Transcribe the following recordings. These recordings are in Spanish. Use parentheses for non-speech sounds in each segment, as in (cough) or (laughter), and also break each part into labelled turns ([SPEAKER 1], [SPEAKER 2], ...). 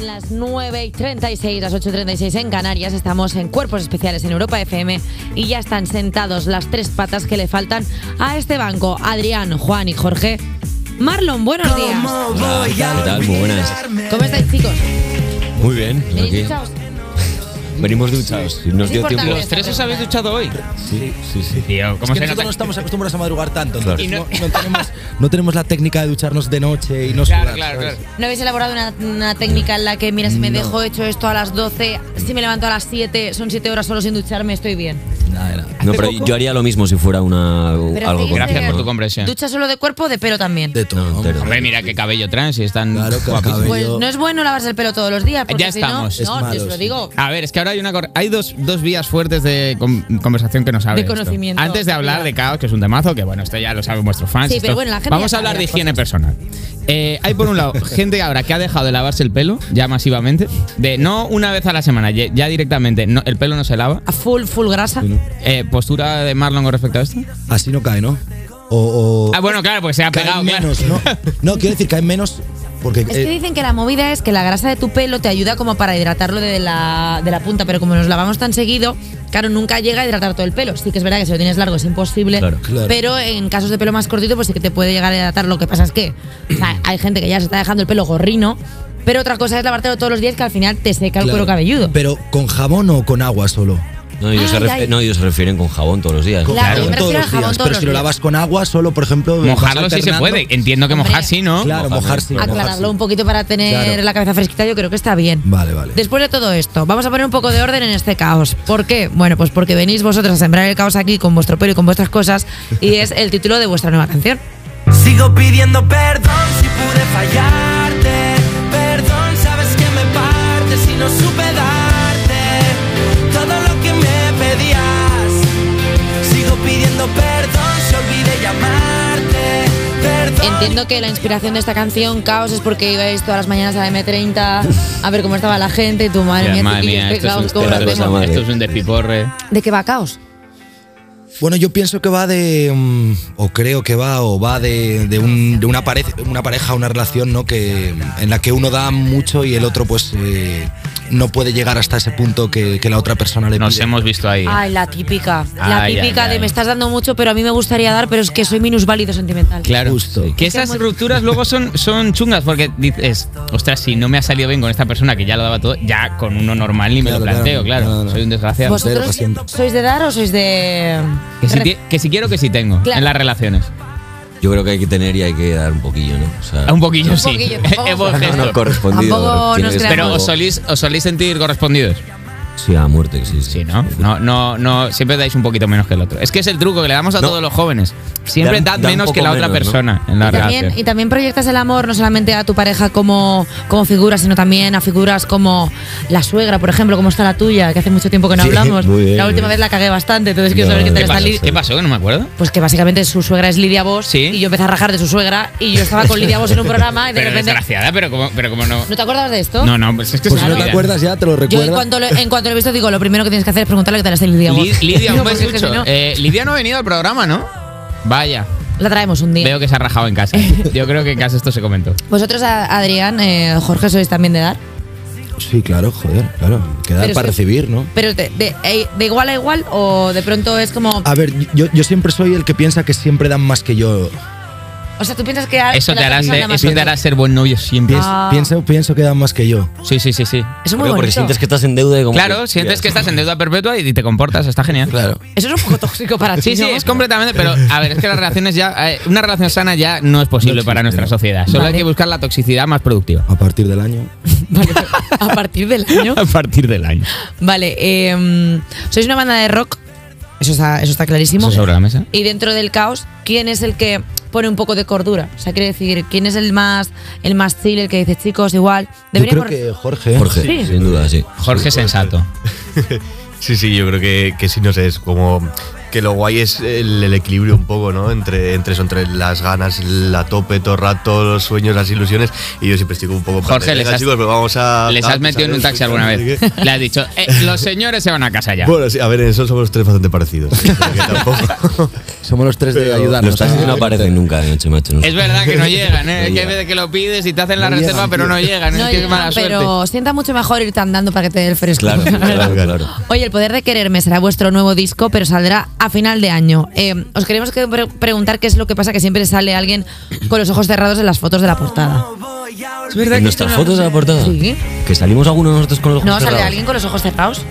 [SPEAKER 1] las 9 y 36, las 8 y 36 en Canarias. Estamos en Cuerpos Especiales en Europa FM y ya están sentados las tres patas que le faltan a este banco. Adrián, Juan y Jorge. Marlon, buenos días.
[SPEAKER 2] Hola, ¿Qué tal? Muy buenas.
[SPEAKER 1] ¿Cómo estáis, chicos?
[SPEAKER 2] Muy bien.
[SPEAKER 1] ¿Venís
[SPEAKER 2] aquí.
[SPEAKER 1] duchados?
[SPEAKER 2] Venimos duchados. Nos dio
[SPEAKER 1] importante.
[SPEAKER 2] tiempo.
[SPEAKER 1] Los tres os habéis
[SPEAKER 3] duchado hoy.
[SPEAKER 2] Sí, sí, sí.
[SPEAKER 3] Tío,
[SPEAKER 4] Es
[SPEAKER 3] ¿cómo
[SPEAKER 4] que
[SPEAKER 3] se nota?
[SPEAKER 4] nosotros no estamos acostumbrados a madrugar tanto,
[SPEAKER 2] Claro.
[SPEAKER 4] entonces
[SPEAKER 3] Y
[SPEAKER 4] no,
[SPEAKER 3] no-
[SPEAKER 4] no
[SPEAKER 1] (laughs)
[SPEAKER 4] tenemos, no tenemos la técnica de ducharnos de noche y no
[SPEAKER 3] Claro,
[SPEAKER 4] sudar,
[SPEAKER 3] claro,
[SPEAKER 4] ¿sabes?
[SPEAKER 3] claro.
[SPEAKER 1] ¿No habéis elaborado una, una técnica en la que, mira, si me
[SPEAKER 4] No.
[SPEAKER 1] dejo hecho esto a las 12, si me levanto a las 7, son 7 horas solo sin ducharme, estoy bien?
[SPEAKER 4] Nada, nada.
[SPEAKER 2] No, pero yo haría lo mismo si fuera una
[SPEAKER 1] Pero
[SPEAKER 2] algo.
[SPEAKER 1] hacéis,
[SPEAKER 2] con-
[SPEAKER 3] Gracias
[SPEAKER 1] eh,
[SPEAKER 3] por tu comprensión.
[SPEAKER 1] Ducha solo de cuerpo o de pelo también.
[SPEAKER 4] De todo.
[SPEAKER 2] No,
[SPEAKER 4] hombre.
[SPEAKER 2] entero.
[SPEAKER 3] Hombre, mira qué cabello trans y están
[SPEAKER 4] Claro, que el
[SPEAKER 3] guapísimos.
[SPEAKER 4] cabello-
[SPEAKER 1] Pues no es bueno lavarse el pelo todos los días. Porque
[SPEAKER 3] Ya
[SPEAKER 1] si no-
[SPEAKER 3] estamos.
[SPEAKER 4] Es
[SPEAKER 1] No,
[SPEAKER 4] malo,
[SPEAKER 1] yo os lo
[SPEAKER 4] sí.
[SPEAKER 1] digo.
[SPEAKER 3] A ver, es que ahora hay una cor- hay dos, dos vías fuertes de com- conversación que nos abre
[SPEAKER 1] De
[SPEAKER 3] esto.
[SPEAKER 1] conocimiento.
[SPEAKER 3] Antes de hablar de caos, que es un temazo, que bueno, esto ya lo saben vuestros fans.
[SPEAKER 1] Sí, pero
[SPEAKER 3] esto-
[SPEAKER 1] bueno, la gente
[SPEAKER 3] Vamos
[SPEAKER 1] ya
[SPEAKER 3] a hablar
[SPEAKER 1] sabe
[SPEAKER 3] de
[SPEAKER 1] las
[SPEAKER 3] higiene
[SPEAKER 1] cosas.
[SPEAKER 3] personal. Eh, hay por
[SPEAKER 1] (laughs)
[SPEAKER 3] un lado gente ahora que ha dejado de lavarse el pelo ya masivamente, de no una vez a la semana, ye- ya directamente no- el pelo no se lava.
[SPEAKER 1] A full, full grasa.
[SPEAKER 3] Eh, postura de Marlon con respecto a esto.
[SPEAKER 4] Así no cae, ¿no? O, o
[SPEAKER 3] Ah, bueno, claro, pues se ha
[SPEAKER 4] caen
[SPEAKER 3] pegado. claro.
[SPEAKER 4] menos, ¿no? No, quiero decir, caen menos porque...
[SPEAKER 1] Es que
[SPEAKER 4] eh,
[SPEAKER 1] dicen que la movida es que la grasa de tu pelo te ayuda como para hidratarlo de la, de la punta, pero como nos lavamos tan seguido, claro, nunca llega a hidratar todo el pelo. Sí que es verdad que si lo tienes largo es imposible,
[SPEAKER 2] Claro,
[SPEAKER 4] claro.
[SPEAKER 1] pero en casos de pelo más cortito pues sí que te puede llegar a hidratar. Lo que pasa es que o sea, hay gente que ya se está dejando el pelo gorrino, pero otra cosa es lavártelo todos los días que al final te seca el
[SPEAKER 4] claro.
[SPEAKER 1] cuero cabelludo.
[SPEAKER 4] Pero con jabón o con agua solo.
[SPEAKER 2] No, ellos se
[SPEAKER 1] Ay,
[SPEAKER 2] ref-
[SPEAKER 1] ay.
[SPEAKER 2] no, ellos se refieren con jabón todos los días.
[SPEAKER 4] Con
[SPEAKER 1] Claro, yo
[SPEAKER 4] jabón
[SPEAKER 1] me
[SPEAKER 4] todos
[SPEAKER 1] refiero
[SPEAKER 4] los
[SPEAKER 1] al jabón
[SPEAKER 4] días,
[SPEAKER 1] todos
[SPEAKER 4] pero
[SPEAKER 1] los
[SPEAKER 4] si lo
[SPEAKER 1] días.
[SPEAKER 4] lavas con agua solo, por ejemplo... vas
[SPEAKER 3] Mojarlo sí se
[SPEAKER 4] alternando.
[SPEAKER 3] puede. Entiendo que
[SPEAKER 1] Hombre.
[SPEAKER 3] mojar sí, ¿no?
[SPEAKER 4] Claro,
[SPEAKER 2] Mojarlo.
[SPEAKER 4] mojar sí.
[SPEAKER 1] Aclararlo un
[SPEAKER 4] mojar sí.
[SPEAKER 1] poquito para tener
[SPEAKER 4] Claro.
[SPEAKER 1] la cabeza fresquita, yo creo que está bien.
[SPEAKER 4] Vale, vale.
[SPEAKER 1] Después de todo esto, vamos a poner un poco de orden en este caos. ¿Por qué? Bueno, pues porque venís vosotros a sembrar el caos aquí con vuestro pelo y con vuestras cosas y es el título de vuestra nueva canción.
[SPEAKER 5] Sigo pidiendo perdón si pude fallarte. Perdón, sabes que me partes si no supe darte todo lo que me pedías. Sigo pidiendo perdón si olvidé llamarte. Perdón.
[SPEAKER 1] Entiendo que la inspiración de esta canción, Caos, es porque ibais todas las mañanas a M30 a ver cómo estaba la gente y tu madre
[SPEAKER 3] Ya,
[SPEAKER 1] mía,
[SPEAKER 3] madre
[SPEAKER 1] chiquillos,
[SPEAKER 3] mía,
[SPEAKER 1] qué
[SPEAKER 3] esto es,
[SPEAKER 1] caos,
[SPEAKER 3] un,
[SPEAKER 1] cómo nos
[SPEAKER 2] qué
[SPEAKER 1] vemos.
[SPEAKER 2] cosa más.
[SPEAKER 3] esto es un despiporre.
[SPEAKER 1] ¿De qué va Caos?
[SPEAKER 4] Bueno, yo pienso que va de. mm, o creo que va, o va de, de un- de una, pareja, una pareja, una relación, ¿no? Que, en la que uno da mucho y el otro, pues. eh, no puede llegar hasta ese punto que, que la otra persona le
[SPEAKER 3] Nos
[SPEAKER 4] pide.
[SPEAKER 3] hemos visto ahí.
[SPEAKER 1] Ay, la típica. La
[SPEAKER 3] Ay, ay,
[SPEAKER 1] típica de
[SPEAKER 3] ay.
[SPEAKER 1] me estás dando mucho, pero a mí me gustaría dar, pero es que soy minusválido sentimental.
[SPEAKER 3] Claro.
[SPEAKER 4] Justo.
[SPEAKER 3] Que esas rupturas luego son, son chungas porque dices, ostras, si no me ha salido bien con esta persona que ya lo daba todo, ya con uno normal ni me lo
[SPEAKER 4] Claro,
[SPEAKER 3] planteo,
[SPEAKER 4] claro.
[SPEAKER 3] claro.
[SPEAKER 4] No, no, no.
[SPEAKER 3] Soy un desgraciado.
[SPEAKER 4] Vos- Cero,
[SPEAKER 1] ¿Vosotros
[SPEAKER 4] siento.
[SPEAKER 1] sois de dar o sois de.?
[SPEAKER 3] que, si ti- que si quiero, que si tengo
[SPEAKER 1] Claro.
[SPEAKER 3] en las relaciones.
[SPEAKER 2] Yo creo que hay que tener y hay que dar un poquillo, ¿no? O sea,
[SPEAKER 3] Un poquillo, sí.
[SPEAKER 1] poquillo,
[SPEAKER 3] (laughs)
[SPEAKER 1] tampoco.
[SPEAKER 3] Es buen
[SPEAKER 2] no,
[SPEAKER 3] gesto.
[SPEAKER 2] no, correspondido.
[SPEAKER 1] Tampoco
[SPEAKER 2] tiene
[SPEAKER 1] nos
[SPEAKER 2] que ser
[SPEAKER 3] Pero
[SPEAKER 1] Claro.
[SPEAKER 2] algo-
[SPEAKER 3] os solís, os solís sentir correspondidos.
[SPEAKER 2] Sí, a muerte, sí.
[SPEAKER 3] Sí, ¿no? No, no, no. Siempre dais un poquito menos que el otro. Es que es el truco que le damos a
[SPEAKER 2] No.
[SPEAKER 3] todos los jóvenes. Siempre
[SPEAKER 2] Dan-
[SPEAKER 3] dad
[SPEAKER 2] dan
[SPEAKER 3] menos
[SPEAKER 2] poco
[SPEAKER 3] que la otra
[SPEAKER 2] menos, ¿no?
[SPEAKER 3] persona en la
[SPEAKER 1] Y también,
[SPEAKER 3] relación.
[SPEAKER 1] y también proyectas el amor no solamente a tu pareja como, como figura, sino también a figuras como la suegra, por ejemplo, como está la tuya, que hace mucho tiempo que no
[SPEAKER 2] Sí,
[SPEAKER 1] hablamos.
[SPEAKER 2] muy bien,
[SPEAKER 1] la última
[SPEAKER 2] muy
[SPEAKER 1] vez
[SPEAKER 2] bien.
[SPEAKER 1] la cagué bastante, entonces quiero
[SPEAKER 2] No,
[SPEAKER 1] saber qué
[SPEAKER 2] no,
[SPEAKER 1] tal
[SPEAKER 3] ¿Qué
[SPEAKER 1] está
[SPEAKER 3] pasó?
[SPEAKER 1] Lidia.
[SPEAKER 3] ¿Qué pasó? Que no me acuerdo.
[SPEAKER 1] Pues que básicamente su suegra es Lidia Vos
[SPEAKER 3] Sí.
[SPEAKER 1] y yo empecé a rajar de su suegra y yo estaba con Lidia Vos en un programa y de
[SPEAKER 3] Pero
[SPEAKER 1] repente...
[SPEAKER 3] desgraciada, pero como, pero como no.
[SPEAKER 1] ¿No te acuerdas de esto?
[SPEAKER 3] No, no, pues es que
[SPEAKER 4] Pues
[SPEAKER 3] se
[SPEAKER 4] si
[SPEAKER 3] me
[SPEAKER 4] no te
[SPEAKER 3] olvida.
[SPEAKER 4] acuerdas ya, te lo
[SPEAKER 1] Yo en
[SPEAKER 4] recuerdo.
[SPEAKER 1] cuanto, lo, en cuanto lo he visto digo, lo primero que tienes que hacer es preguntarle qué tal está Lidia
[SPEAKER 3] Li-
[SPEAKER 1] Vos.
[SPEAKER 3] Lidia, un
[SPEAKER 1] (laughs) No, porque es que
[SPEAKER 3] besucho.
[SPEAKER 1] si no,
[SPEAKER 3] Eh, Lidia no ha venido al programa, ¿no? Vaya.
[SPEAKER 1] la traemos un día.
[SPEAKER 3] Veo que se ha rajado
[SPEAKER 1] (laughs)
[SPEAKER 3] en casa. Yo creo que en casa esto se comentó.
[SPEAKER 1] Vosotros, a- Adrián, eh, Jorge, sois también de dar.
[SPEAKER 4] Sí, claro, joder, claro. Quedar
[SPEAKER 1] Pero
[SPEAKER 4] para
[SPEAKER 1] sí.
[SPEAKER 4] recibir, ¿no?
[SPEAKER 1] Pero de, de- eh, de igual a igual o de pronto es como...
[SPEAKER 4] A ver, yo, yo siempre soy el que piensa que siempre dan más que yo.
[SPEAKER 1] O sea, tú piensas que... a-
[SPEAKER 3] Eso
[SPEAKER 1] que
[SPEAKER 3] te
[SPEAKER 1] la
[SPEAKER 3] hará
[SPEAKER 1] persona
[SPEAKER 3] ser,
[SPEAKER 1] más
[SPEAKER 3] eso te
[SPEAKER 1] que-
[SPEAKER 3] hará ser buen novio siempre.
[SPEAKER 4] Pienso,
[SPEAKER 1] Ah.
[SPEAKER 4] pienso, pienso que dan más que yo.
[SPEAKER 3] Sí, sí, sí,
[SPEAKER 1] Eso es
[SPEAKER 3] sí.
[SPEAKER 1] muy
[SPEAKER 2] Pero porque
[SPEAKER 1] bonito.
[SPEAKER 2] sientes que estás en deuda y como
[SPEAKER 3] Claro, sientes que estás en deuda perpetua y te comportas, está genial.
[SPEAKER 4] Claro.
[SPEAKER 1] Eso es un poco tóxico para ti,
[SPEAKER 3] Sí, sí,
[SPEAKER 1] ¿no?
[SPEAKER 3] es completamente, pero a ver, es que las relaciones ya, eh, una relación sana ya no es posible
[SPEAKER 4] No
[SPEAKER 3] para
[SPEAKER 4] existe,
[SPEAKER 3] nuestra
[SPEAKER 4] ¿no?
[SPEAKER 3] sociedad. Solo
[SPEAKER 1] Vale.
[SPEAKER 3] hay que buscar la toxicidad más productiva.
[SPEAKER 4] A partir del año.
[SPEAKER 1] (laughs) Vale, pero a partir del
[SPEAKER 3] (laughs)
[SPEAKER 1] año.
[SPEAKER 3] A partir del año.
[SPEAKER 1] Vale, eh, sois una banda de rock, eso está, eso está clarísimo.
[SPEAKER 3] ¿Eso sobre la mesa?
[SPEAKER 1] Y dentro del caos, ¿quién es el que pone un poco de cordura? O sea, quiere decir, ¿quién es el más el más chill, el que dice, chicos, igual,
[SPEAKER 4] Yo creo
[SPEAKER 1] deberíamos...
[SPEAKER 4] que Jorge. ¿eh?
[SPEAKER 2] Jorge,
[SPEAKER 1] Sí.
[SPEAKER 2] sin duda, sí.
[SPEAKER 3] Jorge Sensato.
[SPEAKER 6] (laughs) Sí, sí, yo creo que, que sí, no sé, es como que lo guay es el, el equilibrio un poco, ¿no? Entre, entre eso, entre las ganas, la tope, todo el rato, los sueños, las ilusiones. Y yo siempre estoy un poco. en plan
[SPEAKER 3] Jorge,
[SPEAKER 6] de,
[SPEAKER 3] les
[SPEAKER 6] "Venga,
[SPEAKER 3] has-
[SPEAKER 6] chicos, pero vamos a.
[SPEAKER 3] ¿Les has
[SPEAKER 6] tal,
[SPEAKER 3] metido en
[SPEAKER 6] Ah, ¿sabes?
[SPEAKER 3] un taxi alguna vez? (laughs)
[SPEAKER 6] ¿Qué?
[SPEAKER 3] Le has dicho, "Eh, los señores se van a casa ya.
[SPEAKER 6] Bueno, sí, a ver, en eso somos tres bastante parecidos. Que
[SPEAKER 3] (laughs)
[SPEAKER 6] tampoco-
[SPEAKER 4] Somos los tres de
[SPEAKER 6] Pero
[SPEAKER 4] ayudarnos.
[SPEAKER 2] Los taxis no aparecen nunca de noche, macho. no sé.
[SPEAKER 3] Es verdad que no llegan,
[SPEAKER 2] No
[SPEAKER 3] ¿eh? Es que hay
[SPEAKER 2] llegan.
[SPEAKER 3] veces que lo pides y te hacen la
[SPEAKER 4] No
[SPEAKER 3] reserva,
[SPEAKER 4] llegan,
[SPEAKER 3] pero
[SPEAKER 4] tío.
[SPEAKER 3] no llegan. ¿eh?
[SPEAKER 1] No
[SPEAKER 3] es que qué
[SPEAKER 1] llegan,
[SPEAKER 3] mala
[SPEAKER 1] pero
[SPEAKER 3] suerte.
[SPEAKER 1] sienta mucho mejor irte andando para que te dé el fresco.
[SPEAKER 2] Claro,
[SPEAKER 1] (laughs)
[SPEAKER 2] claro, claro.
[SPEAKER 1] Oye, El Poder de Quererme será vuestro nuevo disco, pero saldrá a final de año. Eh, os queremos que pre- preguntar qué es lo que pasa que siempre sale alguien con los ojos cerrados en las fotos de la portada.
[SPEAKER 5] Es
[SPEAKER 2] ¿En nuestras fotos de la portada?
[SPEAKER 1] Sí.
[SPEAKER 2] ¿Que salimos algunos nosotros con los ojos
[SPEAKER 1] ¿No sale
[SPEAKER 2] cerrados?
[SPEAKER 1] alguien con los ojos cerrados?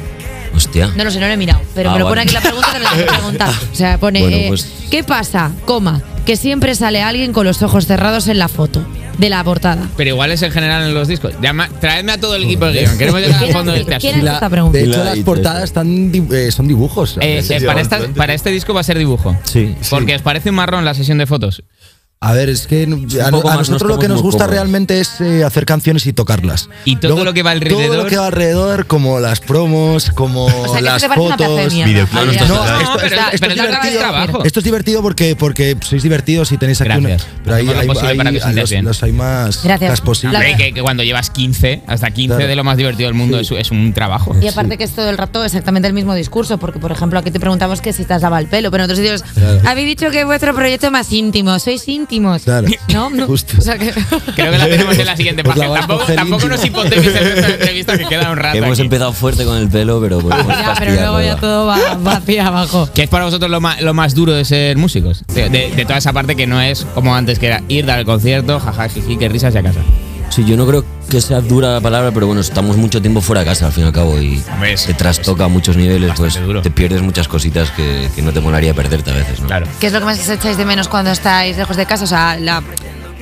[SPEAKER 2] Hostia.
[SPEAKER 1] No lo sé, no lo he mirado, pero
[SPEAKER 2] Ah,
[SPEAKER 1] me lo pone
[SPEAKER 2] vale.
[SPEAKER 1] aquí la pregunta que me la tengo que
[SPEAKER 2] (laughs)
[SPEAKER 1] preguntar. O sea, pone,
[SPEAKER 2] Bueno,
[SPEAKER 1] eh,
[SPEAKER 2] pues-
[SPEAKER 1] ¿qué pasa, coma, que siempre sale alguien con los ojos cerrados en la foto de la portada?
[SPEAKER 3] Pero igual es en general en los discos. Llama, traedme a todo el equipo de guión. Queremos llegar al fondo de este
[SPEAKER 1] ¿Quién
[SPEAKER 4] Y
[SPEAKER 3] asunto.
[SPEAKER 1] hace esta pregunta?
[SPEAKER 4] de
[SPEAKER 2] Y
[SPEAKER 4] hecho,
[SPEAKER 2] la-
[SPEAKER 4] las
[SPEAKER 2] y te-
[SPEAKER 4] portadas están di- eh, son dibujos.
[SPEAKER 3] Eh, eh,
[SPEAKER 6] sí,
[SPEAKER 3] para,
[SPEAKER 6] sí,
[SPEAKER 3] esta-
[SPEAKER 6] bastante.
[SPEAKER 3] para este disco va a ser dibujo.
[SPEAKER 2] Sí.
[SPEAKER 1] Ah,
[SPEAKER 3] Porque os parece un marrón la sesión de fotos.
[SPEAKER 4] A ver, es que no- a,
[SPEAKER 2] poco
[SPEAKER 4] a
[SPEAKER 2] más,
[SPEAKER 4] nosotros
[SPEAKER 2] no
[SPEAKER 4] lo
[SPEAKER 2] estamos
[SPEAKER 4] que nos
[SPEAKER 2] muy
[SPEAKER 4] gusta
[SPEAKER 2] cómodos.
[SPEAKER 4] realmente es eh, hacer canciones y tocarlas.
[SPEAKER 3] Y todo lo que va
[SPEAKER 4] Todo
[SPEAKER 3] alrededor-
[SPEAKER 4] lo que va alrededor, como las promos,
[SPEAKER 1] (laughs)
[SPEAKER 4] como
[SPEAKER 1] O sea, que
[SPEAKER 4] las
[SPEAKER 1] te parece una
[SPEAKER 4] fotos.
[SPEAKER 1] blasfemia.
[SPEAKER 6] videoclips.
[SPEAKER 1] Adrián.
[SPEAKER 4] No,
[SPEAKER 3] No,
[SPEAKER 4] esto-
[SPEAKER 3] pero,
[SPEAKER 4] esto-
[SPEAKER 3] es-
[SPEAKER 4] esto
[SPEAKER 3] pero
[SPEAKER 4] es
[SPEAKER 3] es la cara del
[SPEAKER 4] divertido.
[SPEAKER 3] trabajo.
[SPEAKER 4] Esto es divertido porque, porque sois divertidos y tenéis aquí
[SPEAKER 3] Gracias.
[SPEAKER 4] una. Pero ahí
[SPEAKER 3] Hacemos lo
[SPEAKER 4] hay,
[SPEAKER 3] posible
[SPEAKER 4] hay-
[SPEAKER 3] para que os
[SPEAKER 4] a
[SPEAKER 3] sintáis
[SPEAKER 4] los,
[SPEAKER 3] bien.
[SPEAKER 4] los hay más
[SPEAKER 1] Gracias.
[SPEAKER 4] más posibles.
[SPEAKER 1] La-
[SPEAKER 3] Hombre, que, que cuando llevas 15, hasta 15
[SPEAKER 4] Claro.
[SPEAKER 3] de lo más divertido del mundo es, es un trabajo.
[SPEAKER 1] Y aparte que es todo el rato exactamente el mismo discurso, porque por ejemplo aquí te preguntamos que si te has lavado el pelo, pero en otros sitios habéis dicho que es vuestro proyecto más íntimo, sois íntimos.
[SPEAKER 4] Claro.
[SPEAKER 1] (laughs) ¿No? No.
[SPEAKER 4] Justo.
[SPEAKER 1] O sea
[SPEAKER 4] (laughs)
[SPEAKER 1] que- (laughs)
[SPEAKER 3] Creo que la tenemos en la siguiente
[SPEAKER 4] Pues la
[SPEAKER 3] página.
[SPEAKER 4] vas a
[SPEAKER 3] tampoco
[SPEAKER 4] coger
[SPEAKER 3] tampoco
[SPEAKER 4] íntima.
[SPEAKER 3] nos hipoteques el resto de entrevista que queda un rato.
[SPEAKER 2] Hemos
[SPEAKER 3] aquí.
[SPEAKER 2] empezado fuerte con el pelo, pero bueno, hemos
[SPEAKER 1] (laughs) Ya, pero
[SPEAKER 2] fastidiado,
[SPEAKER 1] luego ya
[SPEAKER 2] va.
[SPEAKER 1] todo va, va hacia abajo.
[SPEAKER 3] Que es para vosotros lo más, lo más duro de ser músicos. De, de- de toda esa parte que no es como antes, que era ir, dar el concierto, jaja, jiji, qué risas y a casa.
[SPEAKER 2] Sí, yo no creo que sea dura la palabra, pero bueno, estamos mucho tiempo fuera de casa al fin y al cabo y
[SPEAKER 3] Hombre, es-
[SPEAKER 2] te trastoca a muchos niveles, pues
[SPEAKER 3] bastante duro.
[SPEAKER 2] te pierdes muchas cositas que, que no te molaría perderte a veces, ¿no?
[SPEAKER 3] Claro.
[SPEAKER 1] ¿Qué es lo que más echáis de menos cuando estáis lejos de casa? O sea, la,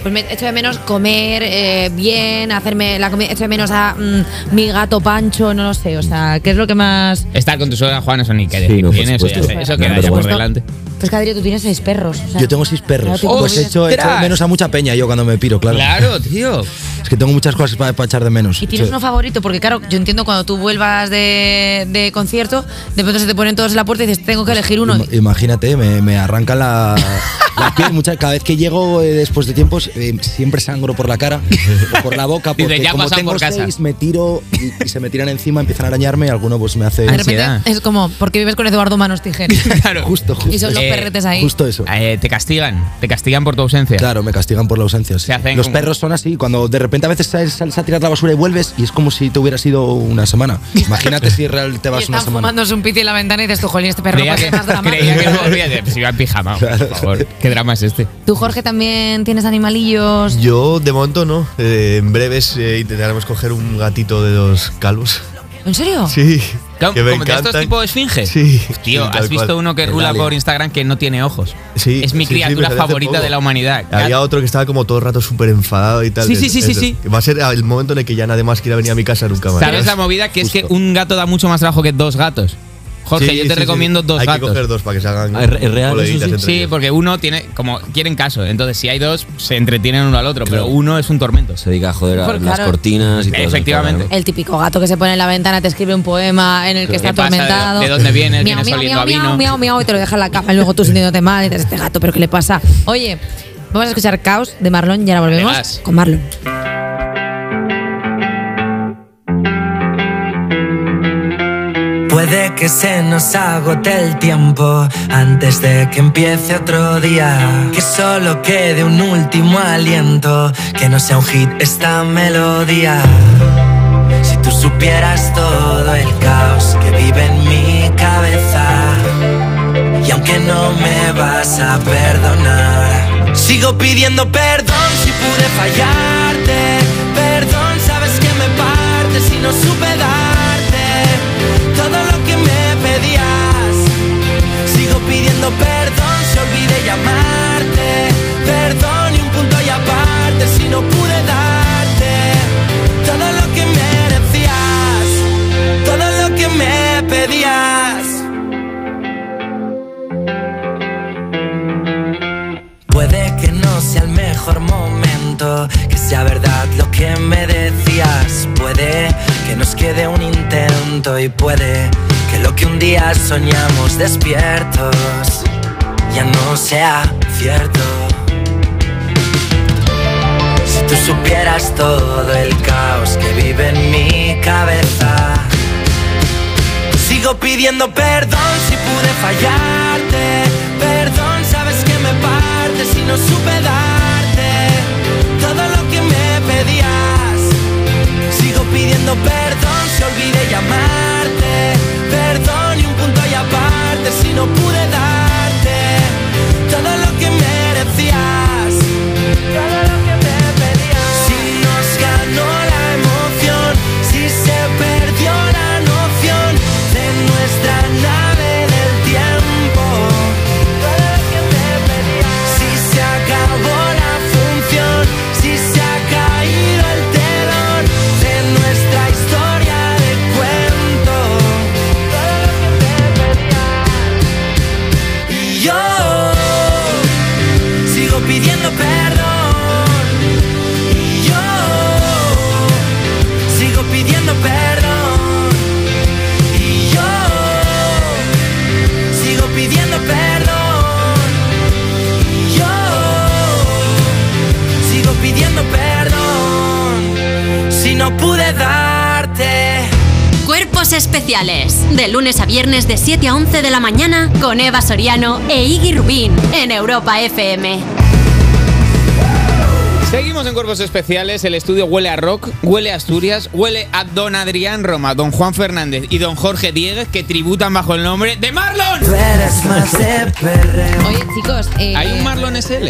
[SPEAKER 1] pues me echo de menos comer eh, bien, hacerme la comida, echo de menos a mm, mi gato Pancho, no lo sé. O sea, ¿qué es lo que más...
[SPEAKER 3] Estar con tu suegra Juan, eso ni que
[SPEAKER 2] Sí,
[SPEAKER 3] decir.
[SPEAKER 2] no, por
[SPEAKER 3] Tiene eso, ya
[SPEAKER 2] supuesto.
[SPEAKER 3] sé, eso
[SPEAKER 2] No,
[SPEAKER 3] queda
[SPEAKER 2] pero
[SPEAKER 3] ya por
[SPEAKER 2] bueno.
[SPEAKER 3] delante. Oh,
[SPEAKER 1] Pues que Adri, tú tienes seis perros. o sea,
[SPEAKER 4] Yo tengo seis
[SPEAKER 1] claro,
[SPEAKER 4] perros.
[SPEAKER 1] tío,
[SPEAKER 4] pues
[SPEAKER 1] tienes-
[SPEAKER 4] echo, echo de menos a mucha peña yo cuando me piro, claro.
[SPEAKER 3] Claro, tío.
[SPEAKER 4] Es que tengo muchas cosas para echar de menos.
[SPEAKER 1] Y tienes
[SPEAKER 4] Sí.
[SPEAKER 1] uno favorito, porque claro, yo entiendo cuando tú vuelvas de, de concierto, de pronto se te ponen todos en la puerta y dices, tengo
[SPEAKER 3] Pues,
[SPEAKER 1] que elegir uno.
[SPEAKER 4] Ima- Imagínate, me, me arranca la, la piel. mucha- cada vez que llego eh, después de tiempos, eh, siempre sangro por la cara, o por la boca,
[SPEAKER 3] Dice,
[SPEAKER 4] porque
[SPEAKER 3] "Ya
[SPEAKER 4] como
[SPEAKER 3] pasan
[SPEAKER 4] tengo
[SPEAKER 3] por casa".
[SPEAKER 4] seis, me tiro y, y se me tiran encima, empiezan a arañarme y alguno pues me hace...
[SPEAKER 1] de repente
[SPEAKER 3] ansiedad.
[SPEAKER 1] es como, porque vives con Eduardo Manos
[SPEAKER 3] (laughs)
[SPEAKER 1] Tijeras.
[SPEAKER 3] Claro.
[SPEAKER 4] (laughs) (laughs) Justo, justo.
[SPEAKER 1] y son los
[SPEAKER 3] Eh,
[SPEAKER 1] perretes ahí.
[SPEAKER 4] Justo eso.
[SPEAKER 3] Eh, te castigan, te castigan por tu ausencia.
[SPEAKER 4] Claro, me castigan por la ausencia. sí.
[SPEAKER 3] Se hacen
[SPEAKER 4] Los
[SPEAKER 3] como-
[SPEAKER 4] perros son así, cuando de repente a veces sales, sales a tirar la basura y vuelves y es como si te hubiera sido una semana. Imagínate si real te
[SPEAKER 1] y
[SPEAKER 4] vas
[SPEAKER 1] están
[SPEAKER 4] una semana.
[SPEAKER 1] fumándose un piti en la ventana y dices, tú, jolín, este perro
[SPEAKER 3] Creía
[SPEAKER 1] parece
[SPEAKER 3] que,
[SPEAKER 1] más drama.
[SPEAKER 3] creía que no volvía de- pues iba en pijama, hombre,
[SPEAKER 6] (laughs)
[SPEAKER 3] por favor. ¿Qué drama es este?
[SPEAKER 1] Tú, Jorge, también tienes animalillos.
[SPEAKER 6] Yo, de momento, no. Eh, en breves eh, intentaremos coger un gatito de los calvos.
[SPEAKER 1] ¿En serio?
[SPEAKER 6] Sí.
[SPEAKER 3] Claro,
[SPEAKER 6] que me
[SPEAKER 3] como de estos
[SPEAKER 6] encantan.
[SPEAKER 3] tipo de esfinges.
[SPEAKER 6] Sí.
[SPEAKER 3] Tío,
[SPEAKER 6] sí,
[SPEAKER 3] ¿has
[SPEAKER 6] tal
[SPEAKER 3] visto
[SPEAKER 6] cual.
[SPEAKER 3] uno que
[SPEAKER 4] El
[SPEAKER 3] rula
[SPEAKER 4] alien.
[SPEAKER 3] por Instagram que no tiene ojos?
[SPEAKER 6] Sí,
[SPEAKER 3] Es mi
[SPEAKER 6] sí, sí, me
[SPEAKER 3] criatura
[SPEAKER 6] salió hace
[SPEAKER 3] favorita
[SPEAKER 6] poco.
[SPEAKER 3] de la humanidad.
[SPEAKER 6] Había
[SPEAKER 3] Gat-
[SPEAKER 6] otro que estaba como todo el rato súper enfadado y tal.
[SPEAKER 3] Sí, sí, sí, sí,
[SPEAKER 6] Eso.
[SPEAKER 3] sí.
[SPEAKER 6] Va a ser el momento en el que ya nadie más quiera venir a mi casa nunca más.
[SPEAKER 3] ¿Sabes la movida? Que es que un gato da mucho más trabajo que dos gatos. Jorge,
[SPEAKER 6] Sí,
[SPEAKER 3] yo te
[SPEAKER 6] sí, sí.
[SPEAKER 3] recomiendo dos
[SPEAKER 6] Hay
[SPEAKER 3] gatos.
[SPEAKER 6] que coger dos para que se hagan.
[SPEAKER 2] Ah, ¿es real eso, sí?
[SPEAKER 6] coleguitas entre
[SPEAKER 3] Sí,
[SPEAKER 6] ellos.
[SPEAKER 3] porque uno tiene, como quieren caso, entonces si hay dos, se entretienen uno al otro, pero uno es un tormento.
[SPEAKER 2] Se dedica a joder a
[SPEAKER 1] Porque,
[SPEAKER 2] las
[SPEAKER 1] claro.
[SPEAKER 2] cortinas y todo eso,
[SPEAKER 3] Efectivamente.
[SPEAKER 2] claro,
[SPEAKER 1] El típico gato que se pone en la ventana, te escribe un poema en el que está
[SPEAKER 3] ¿Qué pasa? ¿De-
[SPEAKER 1] atormentado.
[SPEAKER 3] de dónde vienes?
[SPEAKER 1] Miau,
[SPEAKER 3] ¿Vienes
[SPEAKER 1] miau,
[SPEAKER 3] oliendo
[SPEAKER 1] miau,
[SPEAKER 3] a vino?
[SPEAKER 1] miau, miau, miau, y te lo deja en la cama. Y luego tú sintiéndote mal y dices, este gato, ¿pero qué le pasa? Oye, vamos a escuchar Caos de Marlon y ahora volvemos
[SPEAKER 3] vas.
[SPEAKER 1] con Marlon.
[SPEAKER 5] Puede que se nos agote el tiempo antes de que empiece otro día. Que solo quede un último aliento, que no sea un hit esta melodía. Si tú supieras todo el caos que vive en mi cabeza. Y aunque no me vas a perdonar, sigo pidiendo perdón si pude fallarte. Perdón, sabes que me partes si no supe darte todo lo que me pedías. Sigo pidiendo perdón si olvidé llamarte. Perdón y un punto y aparte si no pude darte todo lo que merecías, todo lo que me pedías. Puede que no sea el mejor momento, que sea verdad lo que me decías. Puede que que nos quede un intento y puede que lo que un día soñamos despiertos ya no sea cierto. Si tú supieras todo el caos que vive en mi cabeza, sigo pidiendo perdón si pude fallarte. Perdón, sabes que me parte si no supe darte todo lo que me pedías. Sigo pidiendo perdón si olvidé llamarte. Perdón y un punto y aparte si no pude darte todo lo que merecías. Todo lo que me pedías. Si nos ganó la emoción, si se perdió la noción de nuestra nave del tiempo. Todo lo que me pedías. Si se acabó la función, si se ha caído el telón de nuestra historia de cuento. Todo lo que me pedías. Y yo sigo pidiendo perdón. Y yo sigo pidiendo perdón. Y yo sigo pidiendo perdón. Y yo sigo pidiendo perdón. Si no pude darte.
[SPEAKER 7] Cuerpos especiales. De lunes a viernes de 7 a 11 de la mañana con Eva Soriano e Iggy Rubín en Europa FM.
[SPEAKER 3] Seguimos en Cuerpos Especiales, el estudio huele a rock, huele a Asturias, huele a don Adrián Roma, don Juan Fernández y don Jorge Diegues que tributan bajo el nombre de Marlon.
[SPEAKER 5] Tú eres más de perreo.
[SPEAKER 1] Oye, chicos, eh,
[SPEAKER 3] Hay un Marlon SL.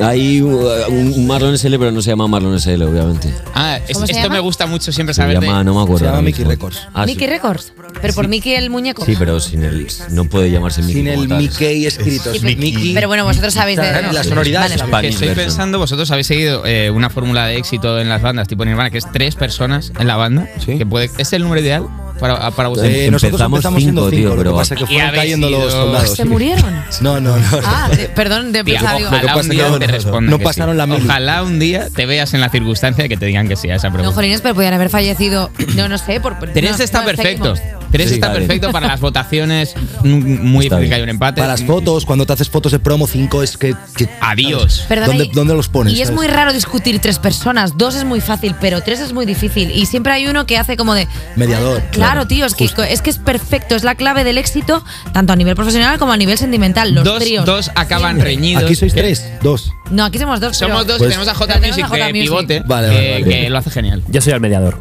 [SPEAKER 2] Hay uh, un Marlon SL, pero no se llama Marlon SL, obviamente.
[SPEAKER 3] Ah, es-
[SPEAKER 1] ¿Cómo se
[SPEAKER 3] esto
[SPEAKER 1] llama?
[SPEAKER 3] me gusta mucho siempre
[SPEAKER 2] Se
[SPEAKER 3] saber de-
[SPEAKER 2] llama, no me acuerdo.
[SPEAKER 4] Se llama
[SPEAKER 2] ahora
[SPEAKER 4] Mickey
[SPEAKER 2] mismo.
[SPEAKER 4] Records.
[SPEAKER 2] Ah, sí.
[SPEAKER 1] Mickey Records. Pero por Mickey el muñeco.
[SPEAKER 2] Sí, pero sin el. No puede llamarse Mickey.
[SPEAKER 4] Sin
[SPEAKER 2] como
[SPEAKER 4] el
[SPEAKER 2] tal.
[SPEAKER 4] Mickey escrito.
[SPEAKER 1] Sí,
[SPEAKER 4] es
[SPEAKER 1] pero-
[SPEAKER 4] Mickey.
[SPEAKER 1] Pero bueno, vosotros sabéis de.
[SPEAKER 4] Claro, la
[SPEAKER 1] sí.
[SPEAKER 4] sonoridad
[SPEAKER 1] Vale.
[SPEAKER 4] también.
[SPEAKER 3] Que
[SPEAKER 2] Spanish
[SPEAKER 3] estoy
[SPEAKER 2] version.
[SPEAKER 3] pensando, vosotros habéis seguido eh, una fórmula de éxito en las bandas, tipo Nirvana, que es tres personas en la banda.
[SPEAKER 4] Sí.
[SPEAKER 3] Que puede, ¿Es el número ideal para, para vosotros?
[SPEAKER 4] Eh, nosotros
[SPEAKER 2] Empezamos
[SPEAKER 4] empezamos siendo
[SPEAKER 2] cinco,
[SPEAKER 4] cinco,
[SPEAKER 2] tío,
[SPEAKER 4] lo
[SPEAKER 2] pero-
[SPEAKER 4] que pasa es que
[SPEAKER 3] Y
[SPEAKER 4] fueron
[SPEAKER 3] habéis
[SPEAKER 4] cayendo los
[SPEAKER 3] sido-
[SPEAKER 4] soldados.
[SPEAKER 1] ¿Se murieron?
[SPEAKER 4] No, no, no.
[SPEAKER 1] Ah, de- perdón, de
[SPEAKER 3] Tía,
[SPEAKER 1] pensaba, digo,
[SPEAKER 3] ojalá
[SPEAKER 4] Lo que
[SPEAKER 3] un
[SPEAKER 4] pasa
[SPEAKER 3] día
[SPEAKER 4] que no-
[SPEAKER 3] te respondan
[SPEAKER 4] no
[SPEAKER 3] que
[SPEAKER 4] pasaron
[SPEAKER 3] sí.
[SPEAKER 4] la mili.
[SPEAKER 3] Ojalá un día te veas en la circunstancia de que te digan que sí a esa pregunta.
[SPEAKER 1] No, Jolines, pero podían haber fallecido. (clears throat) No, no sé. Por,
[SPEAKER 3] Tres
[SPEAKER 1] no,
[SPEAKER 3] está
[SPEAKER 1] no,
[SPEAKER 3] perfecto.
[SPEAKER 1] seguimos.
[SPEAKER 3] Tres
[SPEAKER 2] Sí,
[SPEAKER 3] está
[SPEAKER 2] vale.
[SPEAKER 3] perfecto para
[SPEAKER 4] (laughs)
[SPEAKER 3] las votaciones. mm, Muy
[SPEAKER 2] Está
[SPEAKER 3] difícil que
[SPEAKER 2] bien.
[SPEAKER 3] haya un empate.
[SPEAKER 4] Para las fotos, cuando te haces fotos de promo, cinco es que. que-
[SPEAKER 3] Adiós.
[SPEAKER 1] Perdona,
[SPEAKER 4] ¿Dónde-
[SPEAKER 1] y-
[SPEAKER 4] dónde los pones,
[SPEAKER 1] Y es
[SPEAKER 4] sabes?
[SPEAKER 1] muy raro discutir tres personas. Dos es muy fácil, pero tres es muy difícil. Y siempre hay uno que hace como de.
[SPEAKER 4] Mediador,
[SPEAKER 1] Claro,
[SPEAKER 4] claro,
[SPEAKER 1] tío, es que, es que es perfecto. Es la clave del éxito, tanto a nivel profesional como a nivel sentimental. Los
[SPEAKER 3] Dos,
[SPEAKER 1] tríos.
[SPEAKER 3] dos acaban
[SPEAKER 1] Siempre.
[SPEAKER 3] reñidos.
[SPEAKER 4] Aquí sois
[SPEAKER 3] Que-
[SPEAKER 4] tres, dos.
[SPEAKER 1] No, aquí somos dos.
[SPEAKER 3] Somos
[SPEAKER 1] pero-
[SPEAKER 3] dos.
[SPEAKER 4] Pues-
[SPEAKER 3] tenemos a J
[SPEAKER 1] pero tenemos
[SPEAKER 3] Music
[SPEAKER 1] a J
[SPEAKER 3] de
[SPEAKER 1] Music.
[SPEAKER 3] pivote.
[SPEAKER 4] Vale,
[SPEAKER 3] que,
[SPEAKER 4] vale, vale.
[SPEAKER 3] que lo hace genial.
[SPEAKER 8] Yo soy el mediador.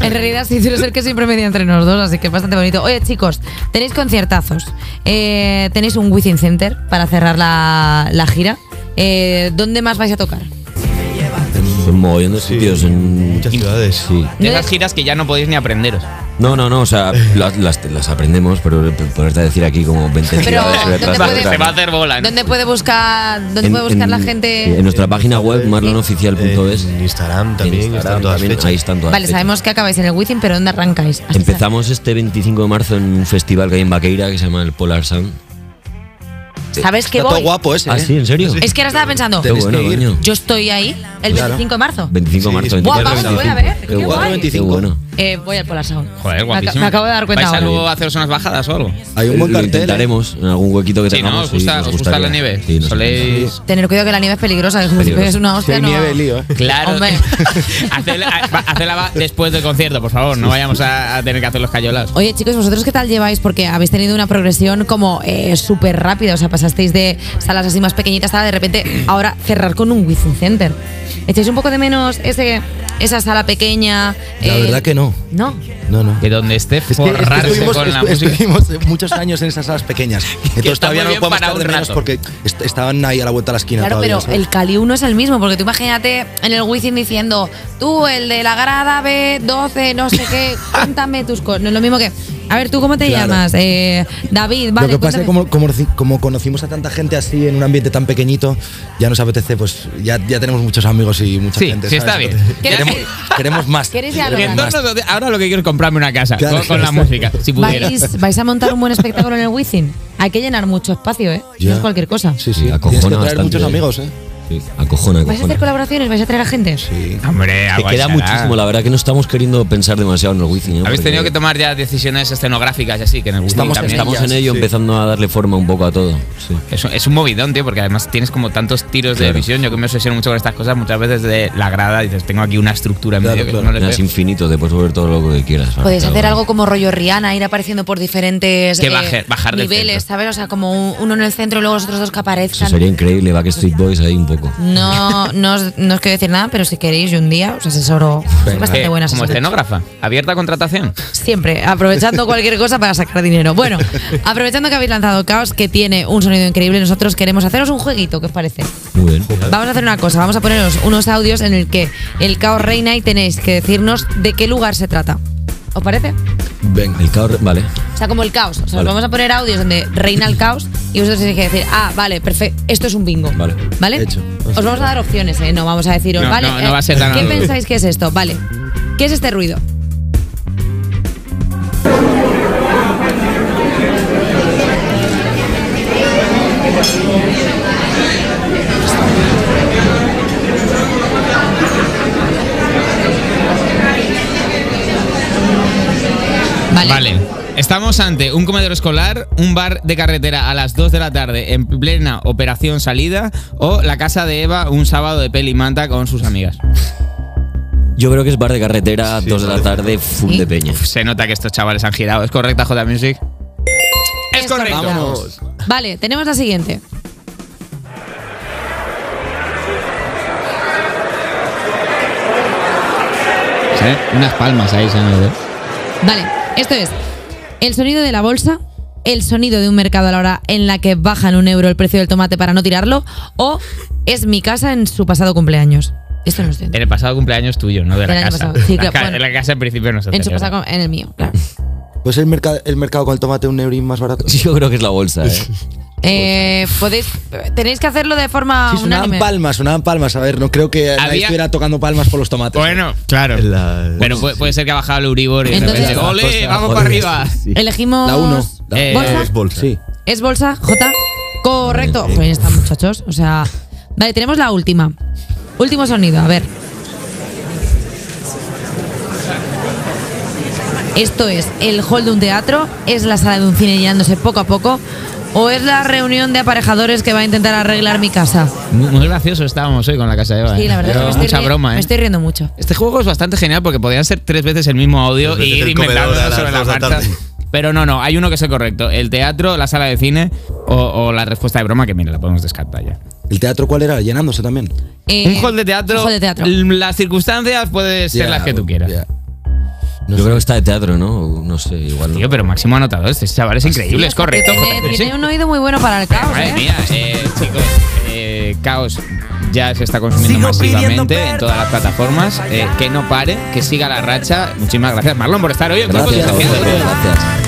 [SPEAKER 1] En realidad, sí, quiero ser que siempre media entre los dos, así que es bastante bonito. Oye, chicos, tenéis conciertazos. Eh, tenéis un Within Center para cerrar la, la gira. Eh, ¿Dónde más vais a tocar?
[SPEAKER 2] En un mogollón de sitios. En
[SPEAKER 6] Muchas ciudades.
[SPEAKER 2] Sí.
[SPEAKER 3] De
[SPEAKER 1] No
[SPEAKER 3] esas
[SPEAKER 1] es-
[SPEAKER 3] giras que ya no podéis ni aprenderos.
[SPEAKER 2] No, no, no, o sea, las, las, las aprendemos, pero ponerte a decir aquí como 20
[SPEAKER 1] Pero,
[SPEAKER 2] ciudades,
[SPEAKER 1] ¿dónde
[SPEAKER 2] otras,
[SPEAKER 1] puede-
[SPEAKER 2] otras.
[SPEAKER 3] Se va a hacer bola. ¿no?
[SPEAKER 1] ¿Dónde puede buscar, dónde
[SPEAKER 2] En-
[SPEAKER 1] puede buscar
[SPEAKER 2] en-
[SPEAKER 1] la
[SPEAKER 2] En
[SPEAKER 1] gente?
[SPEAKER 2] nuestra página web, marlonoficial.es.
[SPEAKER 6] En Instagram también,
[SPEAKER 2] En
[SPEAKER 6] están todas
[SPEAKER 2] también,
[SPEAKER 6] fechas.
[SPEAKER 2] ahí están todas
[SPEAKER 1] Vale,
[SPEAKER 2] fechas.
[SPEAKER 1] sabemos que acabáis en el Within, pero ¿dónde arrancáis? Hasta
[SPEAKER 2] Empezamos este 25 de marzo en un festival que hay en Vaqueira que se llama el Polar Sound.
[SPEAKER 1] esa- ¿Sabes que
[SPEAKER 4] Está todo
[SPEAKER 1] voy?
[SPEAKER 4] guapo ese.
[SPEAKER 2] ¿Ah,
[SPEAKER 4] ¿eh?
[SPEAKER 2] sí? ¿En serio?
[SPEAKER 1] Es que ahora estaba pensando,
[SPEAKER 2] Qué bueno, coño.
[SPEAKER 1] yo estoy ahí el 25 de marzo.
[SPEAKER 2] 25 de marzo,
[SPEAKER 6] Sí,
[SPEAKER 2] 24
[SPEAKER 1] Buah, vamos,
[SPEAKER 2] 25.
[SPEAKER 1] voy a ver, qué
[SPEAKER 2] Qué guay.
[SPEAKER 1] guay.
[SPEAKER 2] Qué bueno.
[SPEAKER 1] Eh, voy al Polar Sound.
[SPEAKER 3] Joder,
[SPEAKER 1] me, aca-
[SPEAKER 3] guapísimo.
[SPEAKER 1] me acabo de dar cuenta
[SPEAKER 3] ¿Vais a
[SPEAKER 1] ahora.
[SPEAKER 3] luego a haceros unas bajadas o algo?
[SPEAKER 4] Hay un buen
[SPEAKER 2] Lo
[SPEAKER 4] cartel. ¿eh?
[SPEAKER 2] intentaremos en algún huequito que
[SPEAKER 3] Sí, ¿no?
[SPEAKER 2] tengamos.
[SPEAKER 3] ¿Os gusta,
[SPEAKER 2] nos
[SPEAKER 3] os gusta la
[SPEAKER 2] gustaría.
[SPEAKER 3] nieve?
[SPEAKER 2] Sí, nos
[SPEAKER 3] Soléis-
[SPEAKER 1] Tener cuidado que la nieve es peligrosa, que si
[SPEAKER 2] peligrosa.
[SPEAKER 1] es una
[SPEAKER 4] Si
[SPEAKER 1] hostia.
[SPEAKER 4] hay
[SPEAKER 1] no-
[SPEAKER 4] nieve, lío. ¿eh?
[SPEAKER 3] Claro.
[SPEAKER 1] Hombre.
[SPEAKER 3] (laughs) Hacedla hacedla va- después del concierto, por favor. No vayamos a, a tener que hacer los cayolas.
[SPEAKER 1] (laughs) Oye, chicos, ¿vosotros qué tal lleváis? Porque habéis tenido una progresión como eh, súper rápida. O sea, pasasteis de salas así más pequeñitas a de repente ahora cerrar con un Within Center. ¿Echáis un poco de menos ese, esa sala pequeña?
[SPEAKER 4] La
[SPEAKER 1] eh,
[SPEAKER 4] verdad que no.
[SPEAKER 1] No.
[SPEAKER 4] No, no.
[SPEAKER 3] Que donde esté
[SPEAKER 4] Es que- es que
[SPEAKER 3] forrarse
[SPEAKER 4] estuvimos,
[SPEAKER 3] con la
[SPEAKER 4] estu-
[SPEAKER 3] música.
[SPEAKER 4] estuvimos muchos años en esas salas
[SPEAKER 3] (laughs)
[SPEAKER 4] pequeñas. Entonces
[SPEAKER 3] está
[SPEAKER 4] todavía
[SPEAKER 3] muy
[SPEAKER 4] no lo
[SPEAKER 3] bien
[SPEAKER 4] podemos
[SPEAKER 3] para
[SPEAKER 4] echar de
[SPEAKER 3] un
[SPEAKER 4] menos
[SPEAKER 3] rato.
[SPEAKER 4] porque est- estaban ahí a la vuelta de la esquina
[SPEAKER 1] Claro,
[SPEAKER 4] todavía.
[SPEAKER 1] pero
[SPEAKER 4] ¿sabes?
[SPEAKER 1] el Cali 1 es el mismo, porque tú imagínate en el Within diciendo, tú, el de la grada B12, no sé
[SPEAKER 4] (laughs)
[SPEAKER 1] qué, cuéntame tus cosas. No es lo mismo que, a ver, ¿tú cómo te
[SPEAKER 4] Claro.
[SPEAKER 1] llamas? Eh, David, vale,
[SPEAKER 4] lo que pasa es
[SPEAKER 1] cuéntame".
[SPEAKER 4] que como, como, como conocimos a tanta gente así en un ambiente tan pequeñito, ya nos apetece, pues ya, ya tenemos muchos amigos y mucha
[SPEAKER 3] Sí,
[SPEAKER 4] gente.
[SPEAKER 3] sí,
[SPEAKER 4] ¿sabes?
[SPEAKER 3] está bien.
[SPEAKER 4] Entonces,
[SPEAKER 1] ¿Quieres
[SPEAKER 4] Queremos, (laughs) queremos más.
[SPEAKER 1] ¿Quieres ir a lo
[SPEAKER 3] Y
[SPEAKER 1] grande?
[SPEAKER 3] entonces, donde- ahora lo que quiero es comprarme una casa
[SPEAKER 4] Claro,
[SPEAKER 3] con, con la
[SPEAKER 4] exacto.
[SPEAKER 3] música, si pudiera.
[SPEAKER 1] ¿Vais, vais a montar un buen espectáculo en el Wizzing. Hay que llenar mucho espacio, ¿eh? No
[SPEAKER 4] Ya.
[SPEAKER 1] es cualquier cosa.
[SPEAKER 4] Sí,
[SPEAKER 2] Sí,
[SPEAKER 4] sí. Tienes que
[SPEAKER 2] acojona
[SPEAKER 4] traer
[SPEAKER 2] bastante,
[SPEAKER 4] muchos
[SPEAKER 2] ¿eh?
[SPEAKER 4] amigos, ¿eh?
[SPEAKER 1] ¿Vais
[SPEAKER 2] Acojona,
[SPEAKER 1] a
[SPEAKER 2] acojona.
[SPEAKER 1] hacer colaboraciones? ¿Vais a traer a gente?
[SPEAKER 4] Sí.
[SPEAKER 3] Hombre,
[SPEAKER 2] Te
[SPEAKER 3] agua
[SPEAKER 2] queda
[SPEAKER 3] echará.
[SPEAKER 2] muchísimo, la verdad que no estamos queriendo pensar demasiado en el wifi. ¿no?
[SPEAKER 3] Habéis
[SPEAKER 2] Porque
[SPEAKER 3] tenido que tomar ya decisiones escenográficas y así, que en el Wizzing
[SPEAKER 2] Estamos,
[SPEAKER 3] también.
[SPEAKER 2] estamos en ello,
[SPEAKER 6] sí.
[SPEAKER 2] empezando a darle forma un poco a todo. Sí.
[SPEAKER 3] Es, un- es un movidón, tío, porque además tienes como tantos tiros de
[SPEAKER 2] Claro.
[SPEAKER 3] visión. Yo que me obsesiono mucho con estas cosas, muchas veces de la grada dices, tengo aquí una estructura en
[SPEAKER 4] Claro,
[SPEAKER 3] medio que
[SPEAKER 4] claro.
[SPEAKER 3] no les
[SPEAKER 2] Nada, Es
[SPEAKER 3] veo. Eh,
[SPEAKER 2] infinito, te puedes volver todo lo que quieras. ¿vale?
[SPEAKER 1] Podéis
[SPEAKER 2] Claro,
[SPEAKER 1] hacer
[SPEAKER 2] vale.
[SPEAKER 1] algo como rollo Rihanna, ir apareciendo por diferentes eh,
[SPEAKER 3] Que baje- bajar del
[SPEAKER 1] niveles,
[SPEAKER 3] centro.
[SPEAKER 1] ¿sabes? O sea, como un- uno en el centro y luego los otros dos que
[SPEAKER 2] Eso
[SPEAKER 1] aparezcan.
[SPEAKER 2] sería increíble, Backstreet Boys ahí un poco.
[SPEAKER 1] No, no os, no os quiero decir nada, pero si queréis, yo un día os asesoro. Soy
[SPEAKER 4] Venga.
[SPEAKER 1] bastante
[SPEAKER 3] Eh,
[SPEAKER 1] buena
[SPEAKER 3] como
[SPEAKER 1] asesora.
[SPEAKER 3] escenógrafa, abierta a contratación.
[SPEAKER 1] Siempre, aprovechando cualquier cosa para sacar dinero. Bueno,
[SPEAKER 3] (laughs)
[SPEAKER 1] aprovechando que habéis lanzado Caos, que tiene un sonido increíble, nosotros queremos haceros un jueguito, ¿qué os parece?
[SPEAKER 2] Muy bien.
[SPEAKER 1] Vamos a hacer una cosa, vamos a poneros unos audios en el que el Caos reina y tenéis que decirnos de qué lugar se trata. ¿Os parece?
[SPEAKER 4] Venga.
[SPEAKER 2] El caos, vale.
[SPEAKER 1] O sea, como el caos. O sea, os
[SPEAKER 2] Vale.
[SPEAKER 1] vamos a poner audios donde reina el caos y vosotros tenéis que decir, ah, vale, perfecto, esto es un bingo.
[SPEAKER 2] Vale.
[SPEAKER 1] ¿Vale?
[SPEAKER 4] Hecho.
[SPEAKER 1] Os vamos a dar opciones, ¿eh? No vamos a deciros,
[SPEAKER 3] No,
[SPEAKER 1] vale.
[SPEAKER 3] no, no
[SPEAKER 1] eh,
[SPEAKER 3] va a ser tan
[SPEAKER 1] ¿Qué
[SPEAKER 3] aburrido.
[SPEAKER 1] pensáis que es esto? Vale. ¿Qué es este ruido? Vale.
[SPEAKER 3] Vale. Estamos ante un comedor escolar, un bar de carretera a las 2 de la tarde en plena operación salida o la casa de Eva un sábado de peli y manta con sus amigas.
[SPEAKER 2] Yo creo que es bar de carretera,
[SPEAKER 6] Sí,
[SPEAKER 2] 2 de la
[SPEAKER 6] vale.
[SPEAKER 2] tarde, full
[SPEAKER 1] Sí.
[SPEAKER 2] de peña. (laughs)
[SPEAKER 3] Se nota que estos chavales han girado. ¿Es correcta J Music? Es correcto.
[SPEAKER 6] Vamos.
[SPEAKER 1] Vale, tenemos la siguiente.
[SPEAKER 3] ¿Eh? Unas palmas ahí,
[SPEAKER 1] ¿eh?
[SPEAKER 3] señor.
[SPEAKER 1] Vale, esto es el sonido de la bolsa, el sonido de un mercado a la hora en la que bajan un euro el precio del tomate para no tirarlo, o es mi casa en su pasado cumpleaños. Esto no lo entiendo.
[SPEAKER 3] En el pasado cumpleaños tuyo, no de
[SPEAKER 1] Del
[SPEAKER 3] la
[SPEAKER 1] año
[SPEAKER 3] casa.
[SPEAKER 1] pasado. Sí,
[SPEAKER 3] la,
[SPEAKER 1] claro,
[SPEAKER 3] ca-
[SPEAKER 1] bueno.
[SPEAKER 3] la casa en principio no se
[SPEAKER 1] En su
[SPEAKER 3] celebra.
[SPEAKER 1] pasado, cum- en el mío, claro.
[SPEAKER 4] Pues el, merca- el mercado con el tomate un eurín más barato.
[SPEAKER 2] Yo creo que es la bolsa, ¿eh?
[SPEAKER 1] Eh, podéis, tenéis que hacerlo de forma
[SPEAKER 4] Sí, sonaban
[SPEAKER 1] Ah, unánime.
[SPEAKER 4] palmas, sonaban palmas. A ver, no creo que nadie
[SPEAKER 3] Había-
[SPEAKER 4] estuviera tocando palmas por los tomates.
[SPEAKER 3] Bueno, claro.
[SPEAKER 6] En la-
[SPEAKER 3] Pero puede, puede ser que ha bajado el Uribor y de
[SPEAKER 1] Entonces-
[SPEAKER 3] repente, ¡Ole! ¡Vamos para arriba!
[SPEAKER 1] Elegimos.
[SPEAKER 4] La uno.
[SPEAKER 3] La- Eh,
[SPEAKER 1] ¿Bolsa?
[SPEAKER 6] Es bolsa.
[SPEAKER 4] Sí.
[SPEAKER 1] ¿Es bolsa? ¿J? Correcto. Pues ya está, muchachos. O sea. Vale, tenemos la última. Último sonido, a ver. Esto es el hall de un teatro, es la sala de un cine llenándose poco a poco, o es la reunión de aparejadores que va a intentar arreglar mi casa.
[SPEAKER 3] Muy muy gracioso estábamos hoy con la casa de Eva.
[SPEAKER 1] Sí,
[SPEAKER 3] ¿eh?
[SPEAKER 1] la verdad es que
[SPEAKER 3] Pero
[SPEAKER 1] me estoy,
[SPEAKER 3] Mucha
[SPEAKER 1] ri-
[SPEAKER 3] broma,
[SPEAKER 1] me
[SPEAKER 3] ¿eh?
[SPEAKER 1] estoy riendo mucho.
[SPEAKER 3] Este juego es bastante genial porque podían ser tres veces el mismo audio
[SPEAKER 6] Tres
[SPEAKER 3] y
[SPEAKER 6] veces
[SPEAKER 3] ir
[SPEAKER 6] el comedor
[SPEAKER 3] inventando
[SPEAKER 6] a las
[SPEAKER 3] sobre la
[SPEAKER 6] dos de la
[SPEAKER 3] marcha.
[SPEAKER 6] tarde.
[SPEAKER 3] Pero no, no, hay uno que es el correcto. El teatro, la sala de cine o, o la respuesta de broma que, mira, la podemos descartar ya.
[SPEAKER 4] ¿El teatro cuál era? Llenándose también.
[SPEAKER 1] Eh,
[SPEAKER 3] un hall de teatro,
[SPEAKER 1] un hall de teatro.
[SPEAKER 3] Las circunstancias pueden ser
[SPEAKER 4] Ya,
[SPEAKER 3] las que tú quieras.
[SPEAKER 4] ya.
[SPEAKER 2] Yo creo que está de teatro, ¿no? No sé, igual. no.
[SPEAKER 3] Tío, pero máximo anotador, este chaval es increíble, es correcto.
[SPEAKER 1] Eh, Tiene,
[SPEAKER 3] J.
[SPEAKER 1] tiene un oído muy bueno para el caos,
[SPEAKER 3] Madre
[SPEAKER 1] ¿eh?
[SPEAKER 3] mía, eh, chicos, eh, Caos ya se está
[SPEAKER 5] Sigo
[SPEAKER 3] consumiendo
[SPEAKER 5] pidiendo
[SPEAKER 3] masivamente
[SPEAKER 5] perdón.
[SPEAKER 3] en todas las plataformas. eh, que no pare, que siga la racha. Muchísimas gracias, Marlon, por estar hoy. en Grupo
[SPEAKER 2] Gracias a
[SPEAKER 3] Social.
[SPEAKER 2] vosotros, gracias.